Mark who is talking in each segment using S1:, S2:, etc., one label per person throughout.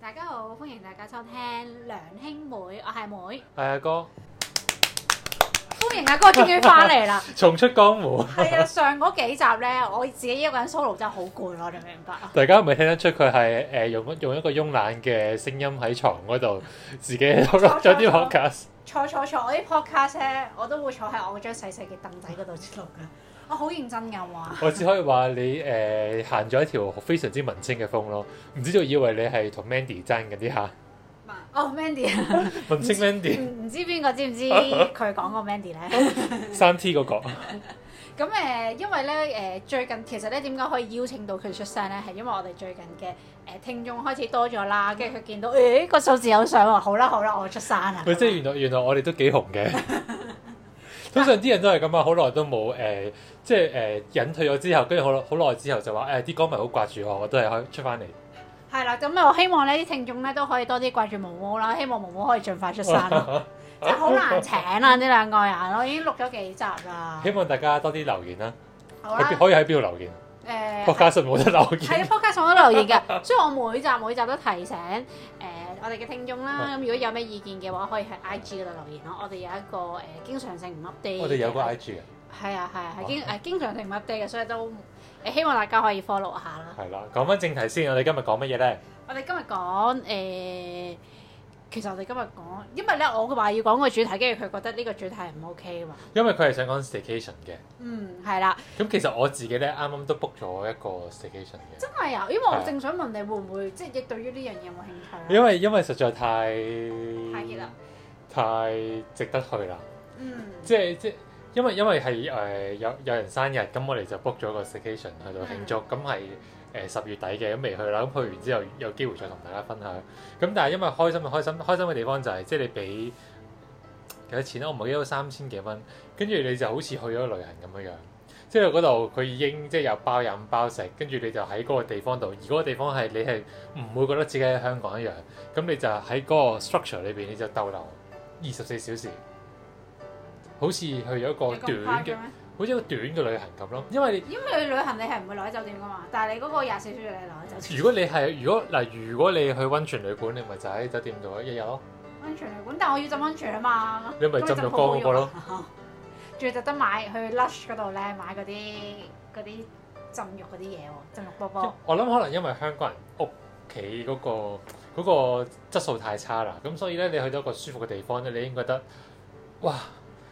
S1: 大家好，歡迎大家收聽兩兄妹，我係妹，
S2: 係啊哥，
S1: 歡迎阿哥終於翻嚟啦。
S2: 重出江湖。
S1: 係啊，上嗰幾集咧，我自己一個人 solo 真係好攰咯，你明唔明白啊？
S2: 大家係咪聽得出佢係誒用用一個慵懶嘅聲音喺床嗰 度，自己喺度錄咗啲 podcast。
S1: 坐坐坐，我啲 podcast 咧，我都會坐喺我張細細嘅凳仔嗰度錄噶。我好認真㗎話，
S2: 我只可以話你誒行咗一條非常之文青嘅風咯，唔知道以為你係同 Mandy 爭緊啲 嚇，
S1: 哦 Mandy，
S2: 文青 Mandy
S1: 唔唔知邊個知唔知佢講個 Mandy 咧？
S2: 三 T 嗰個，
S1: 咁誒、呃因為咧誒、呃最近其實咧點解可以邀請到佢出聲咧？係因為我哋最近嘅誒、呃、聽眾開始多咗啦，跟住佢見到誒個數字有上喎，好啦好啦，我出山啦。
S2: 喂，即係原來原來我哋都幾紅 嘅。通常啲人都係咁啊，好耐都冇誒、呃即係誒、隱退咗之後，跟住好耐好耐之後就話誒啲歌迷好掛住我，我都係可以出翻嚟。
S1: 係啦，咁我希望呢啲聽眾咧都可以多啲掛住毛毛啦，希望毛毛可以盡快出山 啦。真係好難請啊！呢兩個人，我已經錄咗幾集啦
S2: 希。望大家多啲留言啦，
S1: 好啦
S2: 喺邊，可以喺邊度留言？
S1: 誒
S2: podcast 冇得留
S1: 係 啊
S2: 言，
S1: ，podcast 我都留意嘅， 所以我每集每集都提醒誒、我哋嘅聽眾啦。咁如果有咩意見嘅話，可以喺 IG 嗰度留言咯。我哋有一個誒、經常性唔 update，
S2: 我哋有個
S1: 嘅
S2: IG 嘅，
S1: 係啊係啊係經誒經常性唔 update 嘅，所以都誒希望大家可以 follow 下啦。
S2: 係啦。講翻正題先，我哋今日講乜嘢咧？
S1: 我哋今日講誒。其實我哋今日講，因為咧我話要講個主題，跟住佢覺得呢個主題唔 OK 嘛。
S2: 因為佢係想講 staycation 嘅。
S1: 嗯，係啦，
S2: 咁其實我自己咧啱啱都 book 咗一個 staycation 嘅，
S1: 真係啊，因為我正想問你會唔會即係亦對於呢樣嘢有冇興趣啊？
S2: 因為因為實在太
S1: 太熱啦，
S2: 太值得去啦。
S1: 嗯，
S2: 即係即係因為因為係誒、呃有有人生日，咁我哋就 book 咗個 staycation 去到慶祝，咁係誒十月底嘅，咁未去啦，咁去完之後有機會再同大家分享。咁但係因為開心嘅開心，開心嘅地方就係、即係你俾幾多錢啦，我唔係記得三千幾蚊，跟住你就好似去咗旅行咁樣樣。即係嗰度佢已經即係有包飲包食，跟住你就喺嗰個地方度，而嗰個地方係你係唔會覺得自己喺香港一樣，咁你就喺嗰個 structure 裏邊你就逗留二十四小時，好似去咗一個
S1: 有咁
S2: 哦短
S1: 誇
S2: 嘅
S1: 張，咩？
S2: 好似一個短嘅旅行咁咯。因為
S1: 因為你旅行你係唔會留喺酒店噶嘛，但係你嗰個廿四小時你留喺酒
S2: 你
S1: 店。
S2: 如果你係如果嗱，如果你去温泉旅館，你咪就喺酒店度一日咯，
S1: 温泉旅館，但我要浸温泉啊嘛。
S2: 你咪浸浴缸嗰個咯。
S1: 仲要特登買去 Lush 嗰度咧買嗰啲嗰啲浸浴嗰啲嘢喎，浸浴波波。
S2: 我諗可能因為香港人屋企嗰個嗰個質素太差啦，咁所以咧你去到一個舒服嘅地方咧，你已經覺得哇，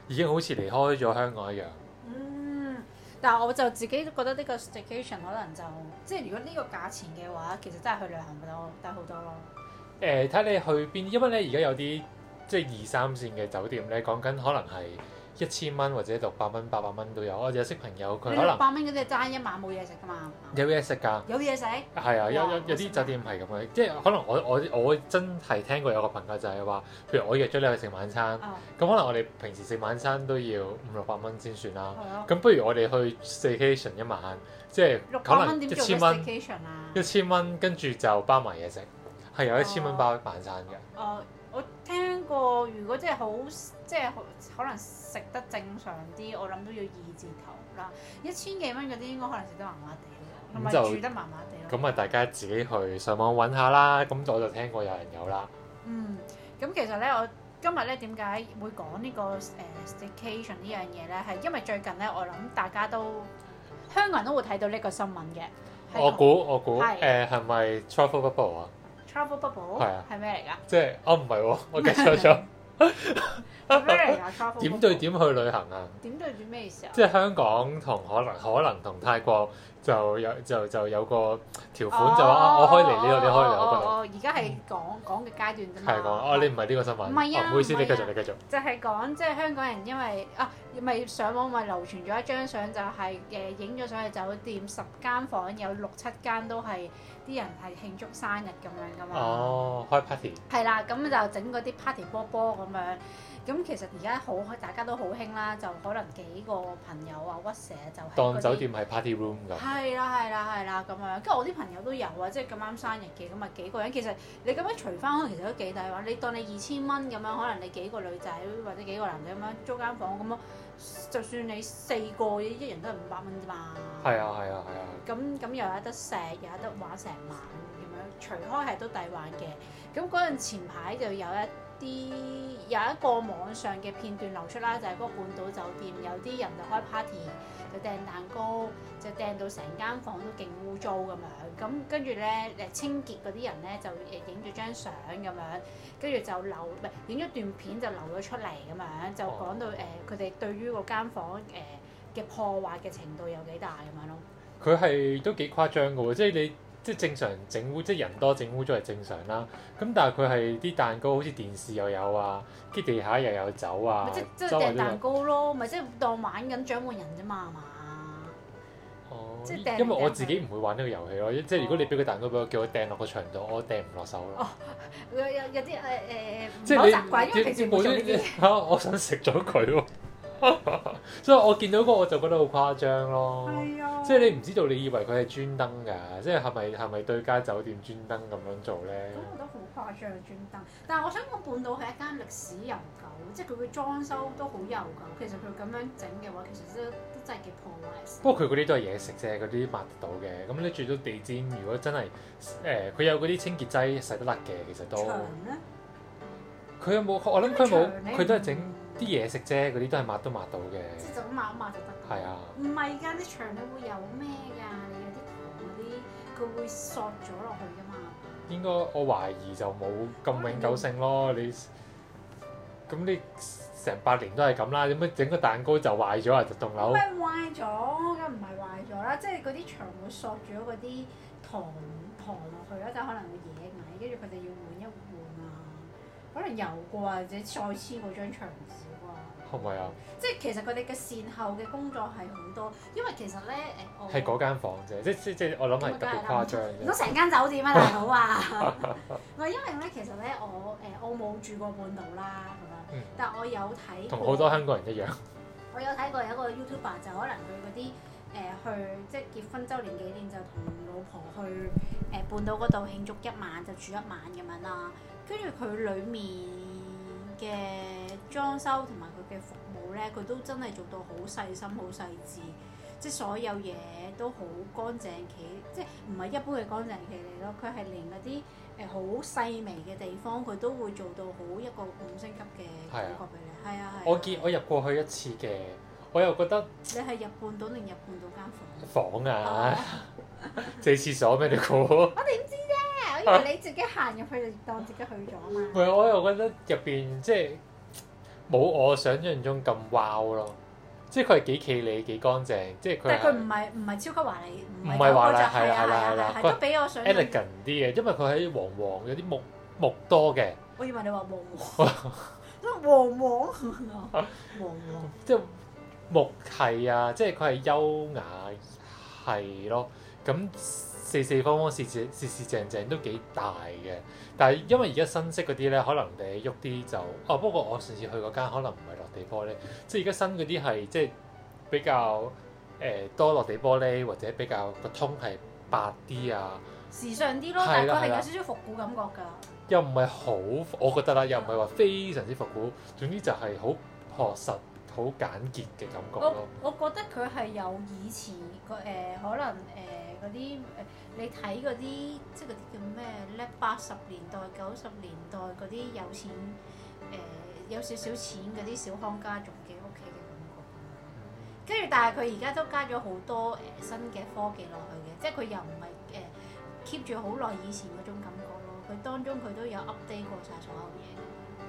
S2: 已經好似離開咗香港一樣。
S1: 嗯，但係我就自己覺得呢個 station 可能就即係如果呢個價錢嘅話，其實真係去旅行會多得好多咯。
S2: 誒睇下你去邊，因為咧而家有啲即係二三線嘅酒店咧，講緊可能係一千蚊或者六百蚊、八百蚊都有。我有識朋友佢
S1: 你
S2: 可
S1: 六
S2: 能
S1: 百蚊嗰啲爭一晚冇嘢食噶嘛，
S2: 有嘢食㗎，
S1: 有嘢食。
S2: 係啊，有有
S1: 哇
S2: 有啲酒店係咁嘅，即係可能我我我真係聽過有個朋友就係話，譬如我約咗你去食晚餐，
S1: 啊，
S2: 咁可能我哋平時食晚餐都要五六百蚊先算啦。
S1: 係咯，
S2: 咁不如我哋去 staycation 一晚，即係
S1: 六百
S2: 可
S1: 蚊
S2: 能
S1: 點
S2: 一
S1: 做
S2: 千
S1: 個
S2: 蚊，
S1: station 啊？
S2: 一千蚊跟住就包埋嘢食，係啊有一千蚊包晚餐嘅。
S1: 誒、哦我聽過，如果即係好，即係好可能食得正常啲，我諗都要二字頭啦。一千幾蚊嗰啲應該可能食得麻麻地咯，同埋
S2: 咁就
S1: 住得麻麻地咯。
S2: 咁啊，大家自己去上網揾下啦。咁我就聽過有人有啦。
S1: 嗯，咁其實咧，我今日咧點解會講呢、個誒、station 呢樣嘢咧？係因為最近咧，我諗大家都香港人都會睇到呢個新聞嘅。係啊
S2: 我估我估
S1: 係
S2: 誒係咪 travel bubble 啊？
S1: travel bubble
S2: 係啊
S1: 係咩嚟㗎？
S2: 即係哦唔係喎， 我記錯咗。
S1: 係咩嚟㗎？travel
S2: 點
S1: bubble？
S2: 對點去旅行啊？
S1: 點對住咩意思啊？
S2: 即係香港同可能可能同泰國就有就就有個條款就話啊，
S1: 哦
S2: 我可以嚟呢度，你可以嚟
S1: 哦哦
S2: 我
S1: 哦而家係講講嘅階段啫
S2: 嗰度。
S1: 嘛。
S2: 係講哦，你唔係呢個新聞。
S1: 唔係啊
S2: 哦唔好意思，
S1: 唔係啊
S2: 你繼續，你繼續。
S1: 就係講即係香港人因為啊，咪上網咪流傳咗一張相，就係誒影咗上去酒店十間房有六七間都係啲人係慶祝生日咁樣噶嘛。
S2: 哦，開 party。
S1: 係啦，咁就整嗰啲 party 波波咁樣。咁咁其實而家好大家都好興啦，就可能幾個朋友啊屈蛇就係
S2: 當
S1: 嗰啲
S2: 酒店係 party room 咁。
S1: 係啦係啦係啦咁樣，跟住我啲朋友都有啊，即係咁啱生日嘅，咁啊幾個人，其實你咁樣除翻，可能其實都幾抵玩。你當你二千蚊咁樣，可能你幾個女仔或者幾個男仔咁樣租間房咁咯，就算你四個一人都係五百蚊啫嘛。
S2: 係啊係啊係啊，
S1: 咁咁又有得食，又有得玩成晚咁樣，除開係都抵玩嘅。咁嗰陣前排就有一啲有一個網上嘅片段流出啦，就係、嗰個半島酒店有啲人就開 party，就掟蛋糕，就掟到成間房都勁污糟咁樣。咁跟住咧誒清潔嗰啲人咧就誒影咗張相咁樣，跟住就留唔係影咗段片就流咗出嚟咁樣，就講到誒呃佢哋對於嗰間房誒嘅破壞嘅程度有幾大咁樣咯。
S2: 佢係都幾誇張嘅喎，即係你即係正常整污，即係人多整污咗係正常啦。咁但係佢係啲蛋糕好似電視又有啊，跟住地下又有酒
S1: 咪
S2: 啊
S1: 即，即
S2: 周圍
S1: 掟
S2: 都
S1: 蛋
S2: 有。
S1: 糕咯，咪即係當玩緊獎門人啫嘛，係嘛？
S2: 哦
S1: 即係掟
S2: 因為我
S1: 掟哦
S2: 自己唔會玩呢個遊戲咯，即係如果你俾個蛋糕俾我，叫我掟落個牆度，我掟唔落手咯。
S1: 有有有啲誒誒
S2: 即
S1: 哦唔好
S2: 係
S1: 習慣，因為
S2: 你
S1: 平時
S2: 你
S1: 冇做呢
S2: 你
S1: 啲嘢。
S2: 嚇，我想食咗佢喎。 所以我見到嗰個我就覺得好誇張咯。
S1: 係啊，
S2: 即係你唔知道，你以為佢係專登㗎，即係係咪係咪對家酒店專登咁樣做咧
S1: 咁？我覺得好誇張專登。但係我想講半島係一間歷史悠久，即係佢嘅裝修都好悠久。其實佢咁樣整嘅話，其實都都真係幾破壞性。
S2: 不過佢嗰啲都係嘢食啫，嗰啲抹得到嘅。咁你住到地氈，如果真係誒，佢、有嗰啲清潔劑洗得甩嘅，其實都。
S1: 牆咧，
S2: 佢有冇？我諗佢冇
S1: 長咧，
S2: 佢都係整啲嘢食啫，嗰啲都係抹都抹到嘅
S1: 即。係就咁抹一抹就得㗎。
S2: 係啊，
S1: 唔係㗎，啲牆你會有咩㗎？你有啲糖嗰啲，佢會索咗落去㗎嘛。
S2: 應該我懷疑就冇咁永久性咯。你咁你成百年都係咁啦，點解整個蛋糕就壞咗啊？就棟樓
S1: 咪壞咗，咁唔係壞咗啦，即係嗰啲牆會索住咗嗰啲糖糖落去啦，即係可能會野蟻，跟住佢哋要換一換啊，可能油過啊或者再黐嗰張牆紙啊，
S2: 係咪啊？
S1: 即係其實佢哋嘅善後嘅工作係好多，因為其實咧誒我
S2: 係嗰間房啫，即即即我諗係特別誇張
S1: 唔到
S2: 嘅。
S1: 成間酒店啊，大佬啊！我因為咧，其實咧，我誒、我冇住過半島啦，咁樣，
S2: 嗯
S1: 但我有睇
S2: 同
S1: 過
S2: 好多香港人一樣，
S1: 我有睇過有一個 YouTuber 就可能佢嗰啲誒去即係結婚周年紀念就同老婆去誒、半島嗰度慶祝一晚就住一晚咁樣啦，跟住佢裡面嘅裝修同埋佢嘅服務咧，佢都真係做到好細心、好細緻，即係所有嘢都好乾淨企，即係唔係一般嘅乾淨企嚟咯，佢係連嗰啲。誒好細微嘅地方，佢都會做到好一個五星級嘅感覺俾你，係啊係啊。
S2: 我見我入過去一次嘅，我又覺得
S1: 你係入半島定入半島間房？
S2: 房啊，
S1: 哦
S2: 借廁所咩你估？
S1: 我點知啫？我以啊為你自己行入去就當自己去咗
S2: 唔
S1: 嘛。
S2: 係，我又覺得入邊即係冇我想象中咁 wow 咯，即係佢係幾企理、幾乾淨，即係佢
S1: 但係佢
S2: 係
S1: 唔係唔係超級華麗，唔
S2: 唔
S1: 係
S2: 係華
S1: 華麗，
S2: 麗係啦
S1: 係
S2: 係啦
S1: 啊
S2: 係
S1: 係
S2: 啦
S1: 啊係都比我想象。
S2: elegant 啲嘅，因為佢喺黃黃有啲木木多嘅，
S1: 我以為你話黃 黃，黃黃黃黃，
S2: 即係木係啊，即係佢係優雅係咯。咁四四方方、四四四四正正都幾大嘅，但係因為而家新式嗰啲咧，可能你喐啲就哦。不過我上次去嗰間可能唔係落地玻璃，即係而家新嗰啲係即係比較誒、呃多落地玻璃，或者比較個通係白啲啊，
S1: 時尚啲咯，但
S2: 係
S1: 係
S2: 啦
S1: 佢係
S2: 係啦
S1: 有少少復古感覺㗎。
S2: 又唔係好，我覺得啦，又唔係話非常之復古，總之就係好樸實、好簡潔嘅感覺
S1: 我
S2: 咯。
S1: 我覺得佢係有以前個誒、可能誒嗰啲誒你睇嗰啲即係嗰啲叫咩咧？八十年代、九十年代嗰啲有錢誒、有少少錢嗰啲小康家族嘅屋企嘅感覺。
S2: 嗯
S1: 跟住，但係佢而家都加咗好多誒、呃新嘅科技落去嘅，即係佢又唔係誒 keep 住好耐以前嗰種感覺咯。佢當中佢都有 update 過晒所有嘢。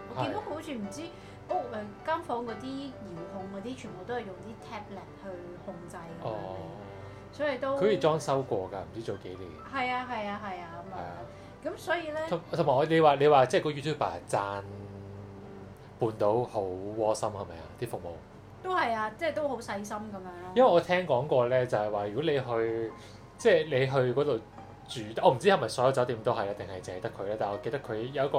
S1: 我見到好似唔知屋誒間房嗰啲遙控嗰啲，全部都係用啲 tablet 去控制咁樣嘅，
S2: 哦，
S1: 所以都
S2: 佢好似裝修過㗎，唔知做幾年。
S1: 係啊係啊係啊咁
S2: 係啊
S1: 啊。咁所以咧，
S2: 同同埋我你話你話即係個 YouTuber 讚半島好窩心係咪啊？啲服務，
S1: 都係啊，即係都好細心咁樣咯。
S2: 因為我聽講過咧，就係話如果你去即係你去嗰度住，我唔知係咪所有酒店都係啦，定係淨係得佢咧？但係我記得佢有一個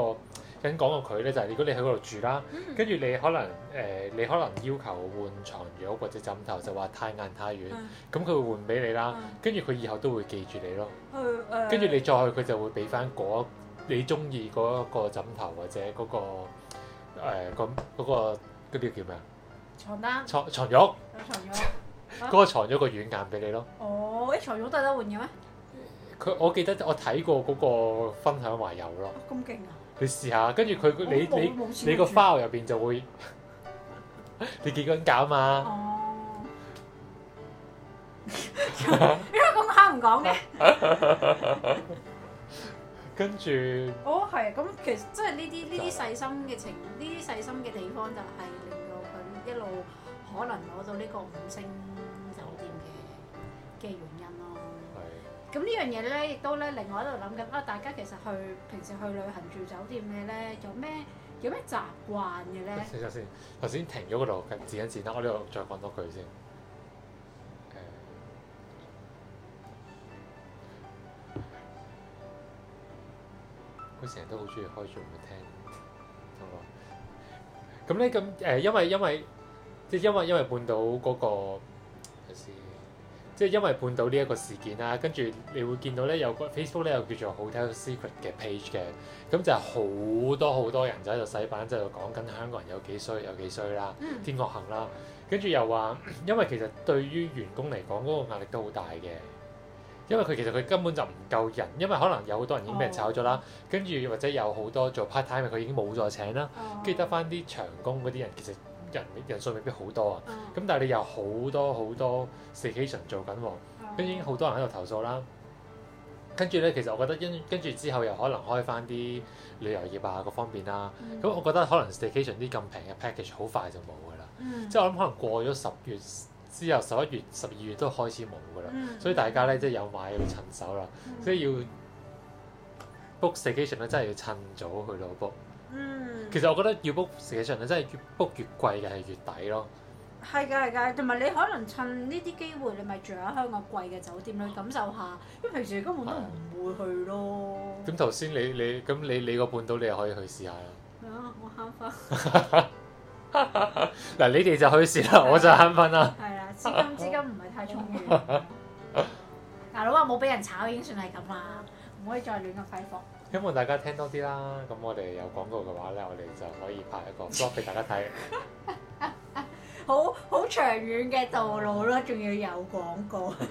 S2: 緊講個佢咧，就係如果你喺嗰度住啦，
S1: 嗯
S2: 跟住你可能誒、你可能要求換床褥或者枕頭，就話太硬太軟，
S1: 嗯
S2: 咁佢會換俾你啦。
S1: 嗯
S2: 跟住佢以後都會記住你咯。
S1: 去呃誒
S2: 跟住你再去，佢就會俾翻嗰你中意嗰個枕頭或者嗰、個誒咁嗰個嗰啲叫咩啊？
S1: 床單
S2: 床床褥
S1: 有床褥，
S2: 嗰個床褥個軟硬俾你咯。
S1: 哦，誒床褥都有得換嘅咩？哦
S2: 佢我記得我睇過嗰個分享話有咯，
S1: 哦咁勁啊！
S2: 你試下。跟住佢
S1: 我
S2: 你
S1: 都冇
S2: 你
S1: 冇試過
S2: 你個
S1: 住
S2: file 入邊就會 你幾個人搞嘛？
S1: 哦，因為咁啱唔講嘅，
S2: 跟住
S1: 哦係，咁其實即係呢啲呢啲細心嘅情，呢啲細心嘅地方就係令到佢一路可能攞到呢個五星酒店嘅嘅原因咯。
S2: 係
S1: 咁呢樣嘢咧，亦都咧另外喺度諗緊啊！大家其實去平時去旅行住酒店嘅咧，有咩有咩習慣嘅咧？
S2: 先先頭先停咗嗰度，剪一剪啦。我呢度再講多句先。誒佢成日都好中意開住門聽，好啊咁咧咁誒，因為因為即係因為因為半島嗰、個睇先即係因為半島呢一個事件啦，跟住你會見到咧有個 Facebook 咧有叫做 Hotel Secret 嘅 page 嘅，咁就係好多好多人就喺度洗版，就喺度講緊香港人有幾衰有幾衰啦，
S1: 嗯
S2: 天惡行啦，跟住又話 因為其實對於員工嚟講嗰個壓力都好大嘅。因為佢其實佢根本就唔夠人，因為可能有好多人已經俾人炒咗啦，跟住或者有好多做 part time 嘅佢已經冇再請啦，
S1: Ờ.
S2: 跟住得翻啲長工嗰啲人，其實人人數未必好多啊。
S1: 哦
S2: 咁但係你有好多好多 station 做緊喎，跟住已經
S1: Ờ.
S2: 好多人喺度投訴啦。跟住咧，其實我覺得跟跟住之後又可能開翻啲旅遊業啊各方面啦。
S1: 嗯
S2: 咁我覺得可能 station 啲咁平嘅 package 好快就冇㗎啦。
S1: 嗯
S2: 即係我諗可能過咗十月之後，十一月、十二月都開始冇㗎啦。
S1: 嗯
S2: 所以大家咧即係有買要趁手啦，
S1: 嗯
S2: 即係要 book station 咧真係要趁早去到 book。
S1: 嗯
S2: 其實我覺得要 book station 咧真係越 book 越貴嘅係越抵咯。
S1: 係㗎係㗎，同埋你可能趁呢啲機會，你咪住喺香港貴嘅酒店去感受下，因為平時根本都唔會去咯。
S2: 咁頭先你你咁你你個半島你又可以去試下啦。
S1: 係啊，我慳翻。
S2: 嗱，你哋就去試啦，我就慳分 啦。
S1: 係啦，資金資金唔係太 充裕。大佬話冇俾人炒已經算係咁啦，唔可以再亂咁揮霍。
S2: 希望大家聽多啲啦。咁我哋有廣告嘅話咧，我哋就可以拍 一個 vlog 俾大家睇。
S1: 好好長遠嘅道路咯，仲要有廣告。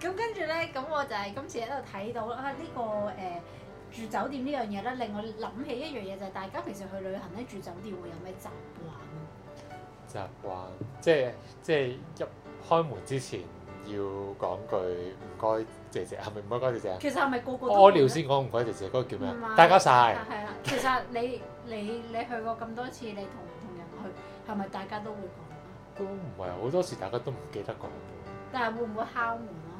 S1: 咁跟住咧，咁我就係今次喺度睇到啊呢、個誒、住酒店呢樣嘢咧，令我諗起一樣嘢就係、大家平時去旅行咧住酒店會有咩習慣？
S2: 習慣即係即係入開門之前要講句唔該姐姐，係咪唔該姐姐啊？
S1: 其實係咪個個都
S2: 屙
S1: 會
S2: 尿
S1: 咧？
S2: 先講唔該姐姐，嗰個叫咩
S1: 唔
S2: 啊？
S1: 係
S2: 大家晒
S1: 啊係啊，其實你你你去過咁多次，你同唔同人去係咪大家都會講？
S2: 都唔係好多時，大家都唔記得講嘅。
S1: 但係會唔會敲門啊？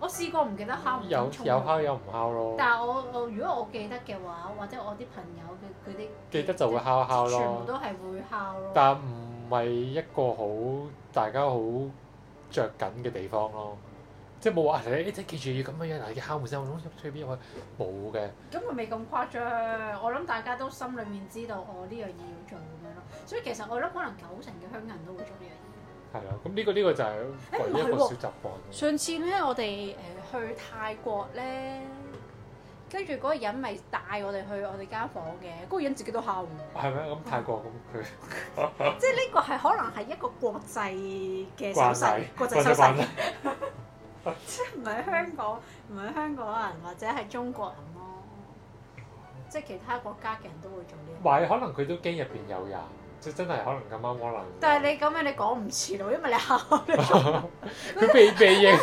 S1: 我試過唔記得敲門，
S2: 有
S1: 衝
S2: 有
S1: 入
S2: 敲有唔敲咯，
S1: 但係我我如果我記得嘅話，或者我啲朋友嘅嗰啲
S2: 記得就會敲一敲咯。
S1: 全部都係會敲咯。
S2: 但唔係一個好大家好着緊嘅地方咯，即係冇話你即係記住要咁樣樣，嗱要敲門聲，我諗入去邊入去冇嘅，
S1: 咁佢未咁誇張，我諗大家都心裏面知道我呢樣嘢要做咁樣咯。所以其實我諗可能九成嘅香港人都會做呢樣嘢。
S2: 係啦。咁呢個呢個就係唯一一個小習慣咯。
S1: 上次咧，我哋誒、呃去泰國咧，跟住嗰個人咪帶我哋去我哋間房嘅，嗰、個人自己都敲喎。
S2: 係咩？咁泰國咁佢
S1: 即係呢個係可能係一個國際嘅手
S2: 慣
S1: 勢
S2: 例，，
S1: 國際
S2: 慣
S1: 手
S2: 例慣
S1: 勢
S2: 例。
S1: 即係唔係香港，唔係香港人或者係中國人咯，即係其他國家嘅人都會做呢
S2: 唔
S1: 樣。
S2: 係可能佢都驚入邊有人，即係真係可能咁啱可能。
S1: 但係你咁樣你講唔似咯，因為你考慮
S2: 佢被被 認，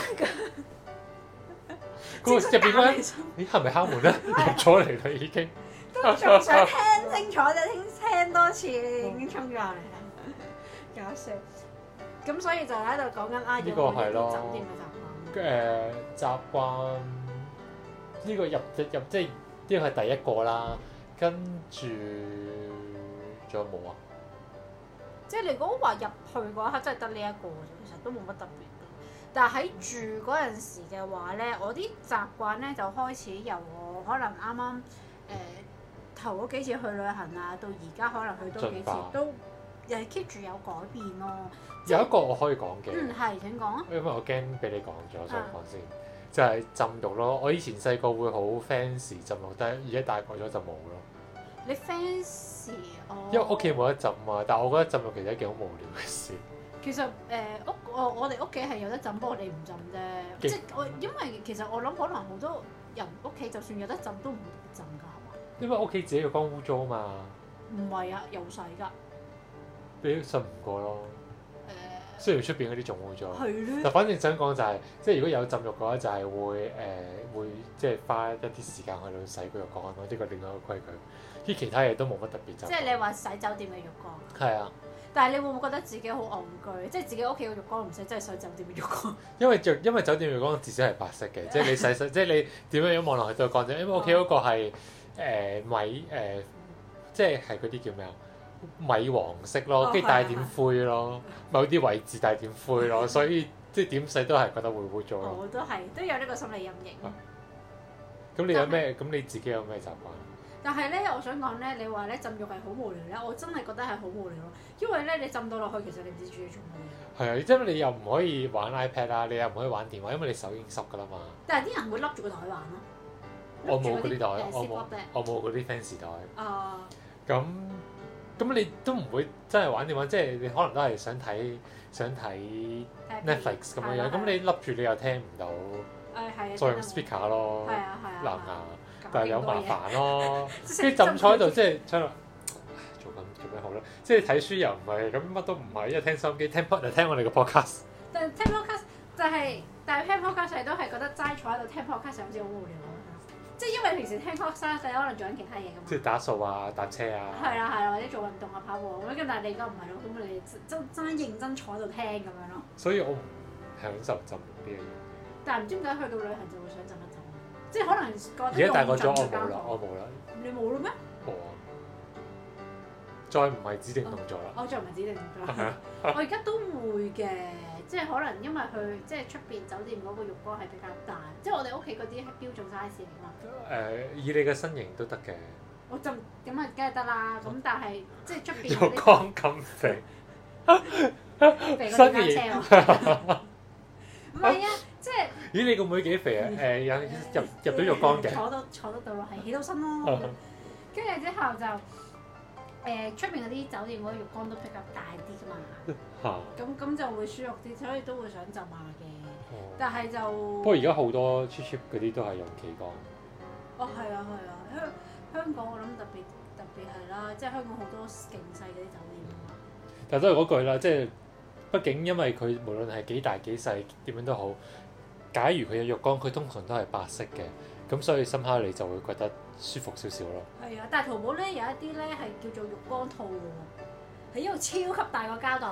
S2: 嗰 個入
S1: 即係
S2: 邊嗰個
S1: 打
S2: 人
S1: 你心
S2: 咦係咪敲 門咧？入咗嚟啦已經。
S1: 都仲想聽清楚啫，聽聽多次已經衝咗入嚟 啦，搞笑。咁所以就喺度講緊啊，
S2: 呢
S1: 要
S2: 個
S1: 換
S2: 係
S1: 一
S2: 咯
S1: 啲酒店嘅習慣。
S2: 誒、習慣呢、個入入即係呢個係第一個啦，跟住仲有冇啊？
S1: 即係你如果話入去嗰一刻真係得呢一個啫，其實都冇乜特別。但係喺住嗰陣時嘅話咧，我啲習慣咧就開始由我可能啱啱誒呃頭嗰幾次去旅行啊，到而家可能去多幾
S2: 進
S1: 次
S2: 化
S1: 都誒 keep 住有改變咯。即
S2: 有
S1: 係
S2: 一個我可以講嘅，
S1: 嗯係，請講啊。
S2: 因為我驚俾你講咗，所以
S1: 啊
S2: 講先。就係浸浴咯，我以前細個會好 fans 浸浴，但係而家大個咗就冇咯，
S1: 你 fans 哦我
S2: 因為屋企冇得浸啊。但係我覺得浸浴其實係一件好無聊嘅事。
S1: 其實誒呃屋我我哋屋企係有得浸，不過我哋唔浸啫。即
S2: 嘅
S1: 係我因為其實我諗可能好多人屋企就算有得浸都唔會浸㗎，係嘛？
S2: 因為屋企自己嘅缸污糟嘛，
S1: 唔係啊，有洗㗎。
S2: 你都信唔過咯。
S1: 誒
S2: 雖然出邊嗰啲仲污糟，
S1: 係
S2: 但
S1: 咧，
S2: 反正想講就係、即係如果有浸浴嘅話，就係會誒、會即係花一啲時間去到洗佢個缸咯，呢個另外一個規矩。啲其他嘢都冇乜特別就
S1: 即係你話洗酒店嘅浴缸，
S2: 係啊，
S1: 但係你會唔會覺得自己好戇居？即係自己屋企嘅浴缸唔使，真係洗酒店嘅浴缸。
S2: 因為就因為酒店浴缸至少係白色 嘅，即係你洗洗，即係你點樣樣望落去都係乾淨。因為屋企嗰個係、誒米誒、即係係嗰啲叫咩啊？米黃色咯，
S1: 哦
S2: 跟住帶點灰咯，某啲位置帶點灰咯，所以即係點洗都係覺得會污糟咯。
S1: 我都係都有呢個心理陰影。
S2: 啊咁你有咩？咁你自己有咩習慣？
S1: 但係咧，我想講咧，你話咧浸浴係好無聊咧，我真係覺得係好無聊咯。因為咧，你浸到落去，其實你唔知自己做乜嘢。
S2: 係啊，因為你又唔可以玩 iPad 啦，你又唔可以玩電話，因為你手已經濕㗎啦嘛。
S1: 但係啲人會笠住個袋玩咯。
S2: 嗯我冇嗰啲袋
S1: 誒
S2: 我冇
S1: zip-up 咧
S2: 我冇嗰啲 fans 袋，
S1: 啊，
S2: 咁咁你都唔會真係玩電話，即係你可能都係想睇想睇
S1: 睇下
S2: Netflix 咁
S1: 係
S2: 樣
S1: 啦
S2: 樣，咁你笠住你又聽唔到，
S1: 誒係啊，
S2: 再
S1: 真
S2: 用
S1: 係
S2: speaker 咯
S1: 係，啊係啊，
S2: 藍牙，
S1: 搞
S2: 但係有
S1: 咁多
S2: 麻
S1: 嘢，
S2: 煩咯。 跟
S1: 跟
S2: 住浸坐喺度，即係坐喺度。唉做緊做咩好咧？即係睇書又唔係，咁乜都唔係，一聽收音機聽 pod 就聽我哋嘅 podcast。
S1: 但係聽 podcast 就係，但係聽 podcast 都係覺得齋坐喺度聽 podcast 好似好無聊咁樣，即係因為平時聽 podcast 可能做緊其他嘢㗎嘛。
S2: 即係打掃啊、搭車
S1: 係
S2: 啊，
S1: 啦係啦，或者做運動啊、跑步咁樣，咁但係你而家唔係咯，咁你真真真認真坐喺度聽咁樣咯。
S2: 所以我唔享受浸呢樣
S1: 但係唔知點解去到旅行就會想浸一浸，即係可能
S2: 嘢。
S1: 覺
S2: 而
S1: 得
S2: 家大個咗，
S1: 用盡
S2: 我
S1: 咗間
S2: 冇啦，
S1: 房
S2: 我冇啦，
S1: 你冇啦咩？
S2: 冇啊，再唔係指定動作啦。
S1: 我就唔係指 定咗
S2: 係啊，
S1: 我而家都會嘅，即係可能因為佢即係出邊酒店嗰個浴缸係比較大，即係我哋屋企嗰啲係標準 size 嚟嘛。
S2: 誒，以你嘅身形都得嘅，
S1: 我就咁啊，梗係得啦。咁但係即係出邊嗰
S2: 浴
S1: 啲
S2: 缸咁肥，
S1: 肥
S2: 新
S1: 過
S2: 嘅
S1: 電
S2: 嘢
S1: 單車喎。啊 唔係啊，即係
S2: 咦？你個妹幾 肥啊？誒，有入入到浴缸嘅，
S1: 坐到坐得到咯，係起到身 咯。跟住之後就誒出邊嗰啲酒店嗰個浴缸都比較大啲㗎嘛，
S2: 嚇！
S1: 咁咁就會舒服啲，所以都會想浸下嘅。但係就
S2: 哦不過而家好多 cheap cheap 嗰啲都係用企缸，
S1: 哦，係啊，係啊，香香港我諗特別特別係啦，即係香港好多勁細嗰啲酒店啊嘛。
S2: 嗯但都係嗰句啦，即係畢竟因為佢無論係幾大幾細點樣都好，假如佢有浴缸，佢通常都係白色嘅，咁所以深刻你就會覺得舒服少少咯。
S1: 係啊，但係淘寶咧有一啲咧係叫做浴缸套嘅喎，係一個超級大個膠袋，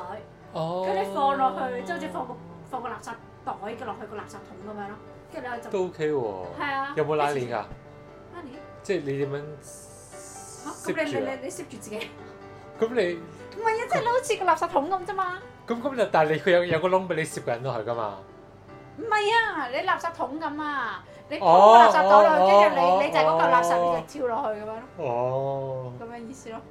S2: 哦
S1: 跟住你放落去，即係好似放個放個垃圾袋嘅落去個垃圾桶咁樣咯，跟住你可以浸。
S2: 都 OK 喎。
S1: 係啊。
S2: 有冇拉鏈㗎？
S1: 拉鏈？
S2: 即係你點樣
S1: 嚇咁
S2: 攝
S1: 你你
S2: 住
S1: 你
S2: 啊？
S1: 你攝住自己？唔
S2: 咁你
S1: 係啊，即係你好似個垃圾桶咁啫嘛。
S2: 咁咁就但係你佢有有個窿俾你攝緊落去㗎嘛？
S1: 唔係啊，你垃圾桶咁啊，你鋪
S2: 哦
S1: 個垃圾袋落去，跟住
S2: 哦
S1: 你你就係嗰嚿垃
S2: 哦
S1: 圾，你就跳落去咁樣咯。
S2: 哦。
S1: 咁嘅意思咯。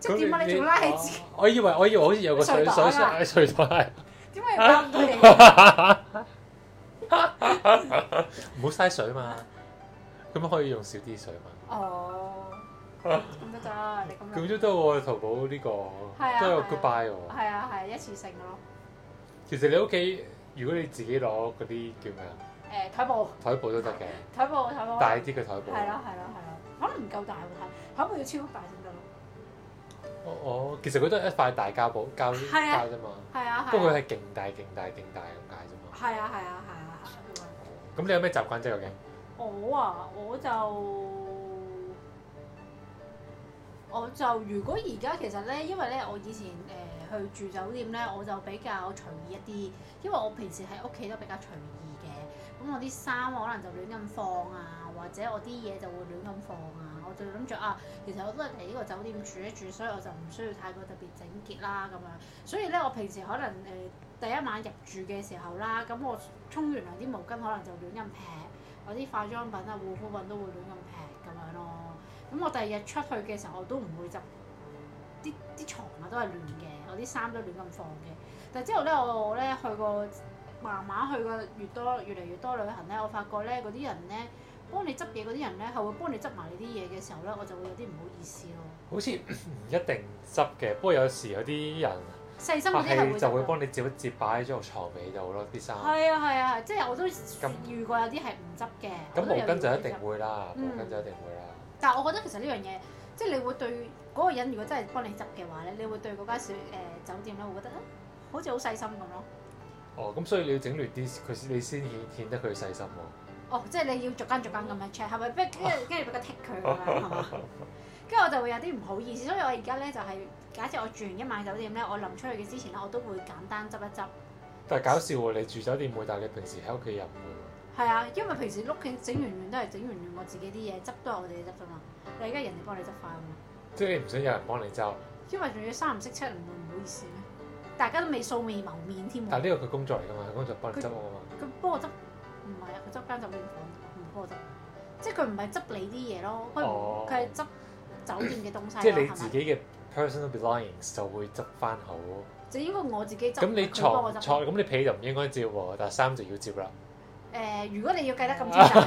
S1: 即
S2: 咁
S1: 係點啊解你仲拉起自己？
S2: 哦我以為我以為好似有個水
S1: 水袋
S2: 水
S1: 啊
S2: 水水 袋，
S1: 點解要包佢 哋？
S2: 唔好嘥水嘛。咁可以用少啲水嘛。
S1: 哦，咁都得，你咁
S2: 咁
S1: 樣。
S2: 都得喎，淘寶呢個
S1: 啊係啊
S2: 都有
S1: 係啊
S2: goodbye 喎。
S1: 係啊係一次性嘅咯。
S2: 其實你屋企如果你自己攞嗰啲叫咩啊
S1: 誒台布，
S2: 台布都得嘅，
S1: 台布，台布。
S2: 大啲嘅台布。
S1: 係啦係啦係啦，可能唔夠大喎，台台布要超級大先得咯。
S2: 哦哦，其實佢都係一塊大膠布膠
S1: 係啊
S2: 膠啫嘛，
S1: 係啊
S2: 不
S1: 係
S2: 過
S1: 啊。
S2: 佢係勁大勁大勁大咁解啫嘛。
S1: 係啊係啊係啊係啊！
S2: 咁你有咩習慣啫？究竟？
S1: 我啊我就我就如果而家其實咧，因為咧我以前誒、呃去住酒店咧，我就比較隨意一啲，因為我平時喺屋企都比較隨意嘅，咁我我啲衫我可能就亂咁放啊，或者我啲嘢就會亂咁放啊。我就諗住啊，其實我都係嚟呢個酒店住一住，所以我就唔需要太過特別整潔啦咁樣。所以咧，我平時可能誒、呃第一晚入住嘅時候啦，咁我沖完涼啲毛巾可能就亂咁劈，我啲化妝品啊、護膚品都會亂咁劈咁樣咯。咁我第二日出去嘅時候，我都唔會執啲啲床啊都係亂嘅，我啲衫都亂咁放嘅。但之後咧，我我咧去過慢慢去過越多越嚟越多旅行咧，我發覺咧嗰啲人咧幫你執嘢嗰啲人咧係會幫你執埋你啲嘢嘅時候咧，我就會有啲唔好意思咯。
S2: 好似唔一定執嘅，不過有時有啲人
S1: 細心
S2: 客
S1: 嗰啲係會
S2: 氣就
S1: 會
S2: 會幫你摺一摺擺喺張床尾度咯啲衫。
S1: 係啊係啊係，即係我都遇過有啲係唔執嘅。
S2: 咁
S1: 我
S2: 毛
S1: 都有
S2: 巾就
S1: 遇
S2: 一
S1: 過
S2: 定會啦，毛
S1: 嗯
S2: 巾就一定會啦。
S1: 但係我覺得其實呢樣嘢，即係你會對嗰個人如果真係幫你執嘅話咧，你會對嗰間小誒、酒店咧，會覺得啊好似好細心咁咯。
S2: 哦，咁所以你要整亂啲，佢先你先顯顯得佢細心喎。
S1: 哦，即係你要逐間逐間咁樣 check 係咪？跟住跟住俾佢剔佢咁樣係嘛？ 跟住我就會有啲唔好意思，所以我而家咧就係、假設我住完一晚酒店咧，我臨出去嘅之前咧，我都會簡單執一執。
S2: 但係搞笑喎，你住酒店會，但係你平時喺屋企又唔會喎。
S1: 係啊，因為平時屋企整完完都係整完完我自己啲嘢，執都係我哋嘅執啫嘛。你而家人哋幫你執快啊嘛，
S2: 即係你唔想有人幫你執，
S1: 因為仲要三唔識七，唔會唔好意思咩？大家都未素未謀面添喎。
S2: 但係呢個佢工作嚟㗎嘛，佢工作幫你執啊嘛。
S1: 佢幫我執，唔係啊，佢執間酒店房，唔幫我執，即係佢唔係執你啲嘢咯，佢
S2: 哦
S1: 唔佢係執酒店嘅東西咯
S2: 即係你
S1: 係
S2: 自
S1: 咪？
S2: 己嘅 personal belongings 就會執翻好。
S1: 就應該我自己執，
S2: 咁你
S1: 佢幫我
S2: 床
S1: 執。
S2: 床咁你被就唔應該摺喎，但係衫就要摺啦。
S1: 誒、如果你要計得咁清楚，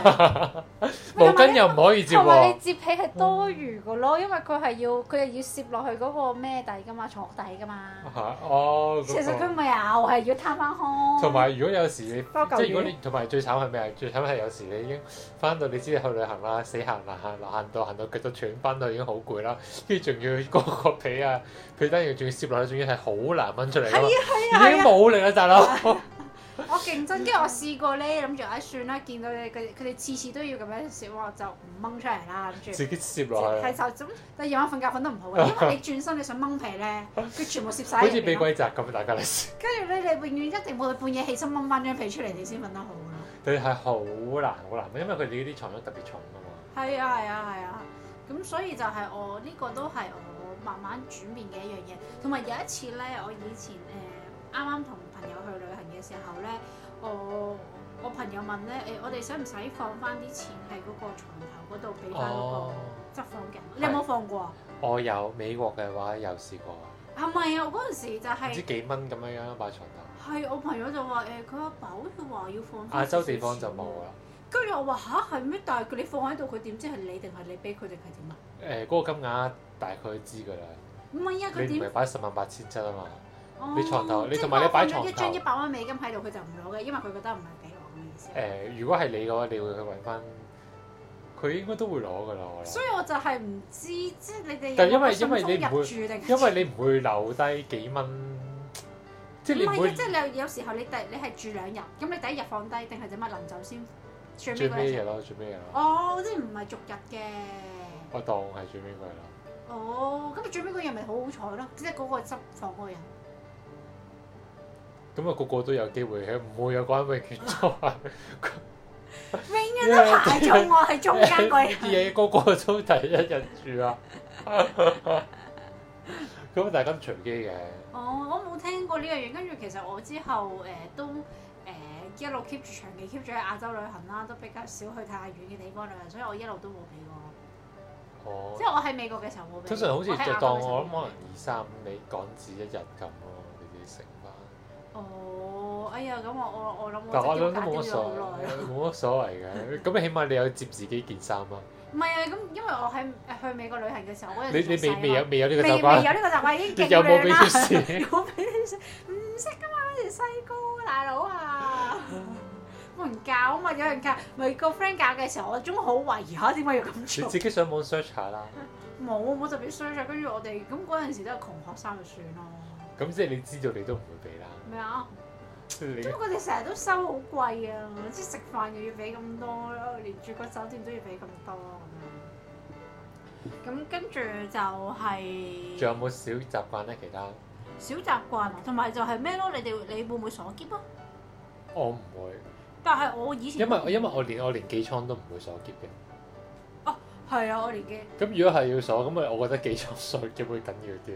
S2: 毛
S1: 同埋
S2: 巾
S1: 你
S2: 又唔可以摺
S1: 同埋你
S2: 喎。
S1: 摺起係多餘嘅咯，因為佢係要佢係要攝落去嗰個咩底噶嘛，床底噶嘛。
S2: 嚇哦，
S1: 其
S2: 嗰
S1: 實
S2: 個
S1: 佢咪又係要攤翻空。
S2: 同埋如果有時你
S1: 多嚿
S2: 即係如果
S1: 嘢
S2: 你同埋最慘係咩啊？最慘係有時你已經翻到你知你去旅行啦，死行難行難行到行到腳都斷，翻到已經好攰啦，跟住仲要嗰個被啊被單要仲要攝落去，仲要係好難掹出嚟㗎嘛，
S1: 啊
S2: 已經冇力啦，大佬。
S1: 我競爭，跟住我試過咧，諗住唉算啦，見到你佢哋佢哋次次都要咁樣攝，我就唔掹出嚟啦，諗住。
S2: 自己攝落去啊
S1: 係。就咁，但係夜晚瞓覺瞓得唔 好嘅，因為你轉身你想掹被咧，佢全部攝晒
S2: 好
S1: 喺
S2: 似
S1: 入
S2: 俾
S1: 邊咯。
S2: 鬼砸咁，啊大家嚟試。
S1: 跟住咧，你永遠一定會半夜起身掹翻張被出嚟，你先瞓得好啊啦。
S2: 佢係好難好難，因為佢哋呢啲床褥特別重啊嘛。
S1: 係啊係啊係啊，咁所以就係我呢個都係我慢慢轉變嘅一樣嘢。同埋有一次咧，我以前誒啱啱同朋友去旅行嘅時候咧，我我朋友問咧誒、我哋使唔使放翻啲錢喺嗰個床頭嗰度俾翻嗰個
S2: 哦，
S1: 執房嘅？你有冇放過啊？
S2: 我有美國嘅話有試過，
S1: 係咪啊？我嗰陣時就
S2: 唔
S1: 係、
S2: 知幾蚊咁樣樣擺床頭。
S1: 係我朋友就話誒，佢阿爸好似話要放返
S2: 亞洲
S1: 少
S2: 地
S1: 少
S2: 方就冇啊
S1: 錢
S2: 啦。
S1: 喎。跟住我話吓，係咩？但係佢你放喺度，佢點知係你定係你俾佢定係點啊？
S2: 誒、嗰個金額大概都知㗎啦。
S1: 唔係啊，佢
S2: 你唔
S1: 點
S2: 係？擺十萬八千七啊嘛？
S1: 哦
S2: 你床頭你
S1: 即係
S2: 同埋你
S1: 我放
S2: 擺
S1: 咗
S2: 床
S1: 一張
S2: 頭
S1: 一百蚊美金喺度，佢就唔攞嘅，因為佢覺得唔係俾我嘅意思
S2: 誒、。如果係你嘅話，你會去揾翻，佢應該都會攞㗎啦。我
S1: 所
S2: 諗，
S1: 以我就係唔知，即係你哋
S2: 但係
S1: 有
S2: 因為
S1: 冇
S2: 因為
S1: 心
S2: 你唔
S1: 中入
S2: 會
S1: 住定
S2: 因為你唔會留低幾蚊，即係你
S1: 唔
S2: 唔
S1: 係
S2: 會
S1: 啊？即係你有時候你第你係住兩日，咁你第一日放低定係點啊？臨走先最
S2: 最
S1: 尾嗰
S2: 尾
S1: 一
S2: 嘅
S1: 日。
S2: 咯，最尾嘅咯。
S1: 啊哦，即係唔係逐日嘅。
S2: 我當係最尾嗰日咯。
S1: 哦，咁最尾嗰日咪好好彩咯，即係嗰個執房嗰個人。
S2: 咁啊，個個都有機會嘅，唔會有個人永遠做啊係。
S1: 永遠都排中我喺中間 嗰
S2: 啲
S1: 人。
S2: 嘢個個都第一日住啊！ 咁但係咁隨機嘅，
S1: 哦，我冇聽過呢樣嘢，跟住其實我之後誒、呃都誒、呃一路 keep 住長期 keep 住喺亞洲旅行啦，都比較少去太遠嘅地方旅行，所以我一路都冇俾過。
S2: 哦
S1: 即。係我喺美國嘅時候冇俾。
S2: 通常好似
S1: 喺
S2: 就
S1: 亞洲
S2: 當
S1: 嘅時候
S2: 我諗
S1: 冇
S2: 可能二三你港紙一日咁咯，你哋食翻。
S1: 哦，哎呀，咁我我我諗
S2: 但
S1: 我
S2: 我
S1: 真
S2: 諗
S1: 係要
S2: 都冇乜
S1: 解咗
S2: 所
S1: 好耐啦。
S2: 謂，冇乜所謂嘅。咁起碼你有接自己件衫 啦。
S1: 唔係啊，咁因為我喺誒去美國旅行嘅時候，我嗰
S2: 你
S1: 陣時
S2: 你未
S1: 仲細啊
S2: 未有未有呢個
S1: 未
S2: 習
S1: 未
S2: 慣，
S1: 有呢個習慣已經
S2: 你
S1: 勁
S2: 有冇
S1: 亂
S2: 俾
S1: 啦
S2: 貼。 士？
S1: 我俾你食，唔識噶嘛，嗰時細個大佬啊， 冇人教啊嘛，有人教，咪個 friend 教嘅時候，我中好懷疑下點解要咁
S2: 你
S1: 做
S2: 自。己上網 search 下啦。
S1: 冇冇特別衰咗，跟住我哋咁嗰陣時都係窮學生就算咯。
S2: 咁即係你知道你都唔會俾啦。
S1: 咩啊？
S2: 即係你
S1: 咁佢哋成日都收好貴啊，即係食飯又要俾咁多，連住個酒店都要俾咁多咁樣。咁跟住就係、
S2: 仲有冇小習慣咧？其他
S1: 小習慣，同埋就係咩咯？你哋你會唔會鎖篋啊？
S2: 我唔會。
S1: 但係我以前
S2: 因為因為我連我連寄倉都唔會鎖結嘅。
S1: 係啊，我年紀
S2: 咁如果係要鎖，咁我覺得寄倉 鎖結會緊要啲。